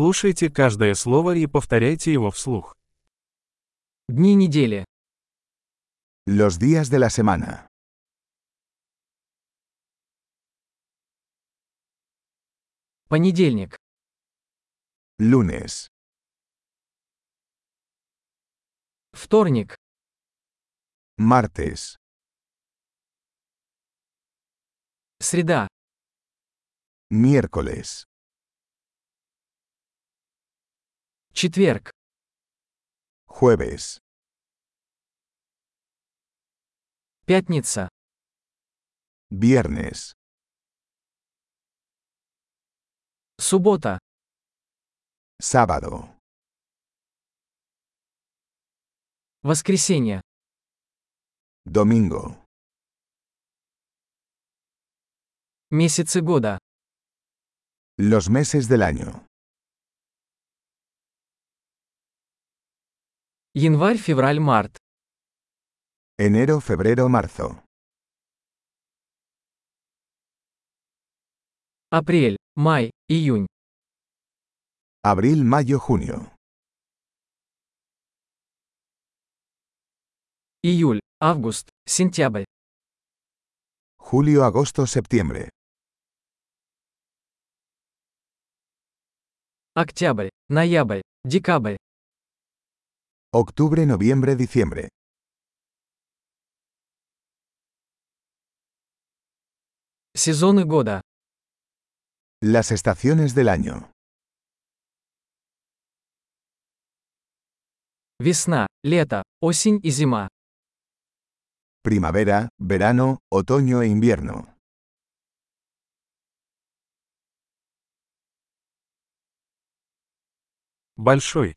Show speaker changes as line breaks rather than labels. Слушайте каждое слово и повторяйте его вслух.
Дни недели.
Los días de la semana.
Понедельник.
Lunes.
Вторник.
Martes.
Среда.
Miércoles.
Четверг.
Jueves.
Пятница.
Viernes.
Суббота.
Sábado.
Воскресенье.
Domingo.
Месяцы года.
Los meses del año.
Январь, февраль, март.
Enero, febrero, marzo.
Апрель, май, июнь.
Abril, mayo, junio.
Июль, август, сентябрь.
Julio, agosto, septiembre.
Октябрь, ноябрь, декабрь.
Octubre, noviembre, diciembre.
Сезоны года.
Las estaciones del año.
Весна, лето, осень и зима.
Primavera, verano, otoño e invierno.
Большой.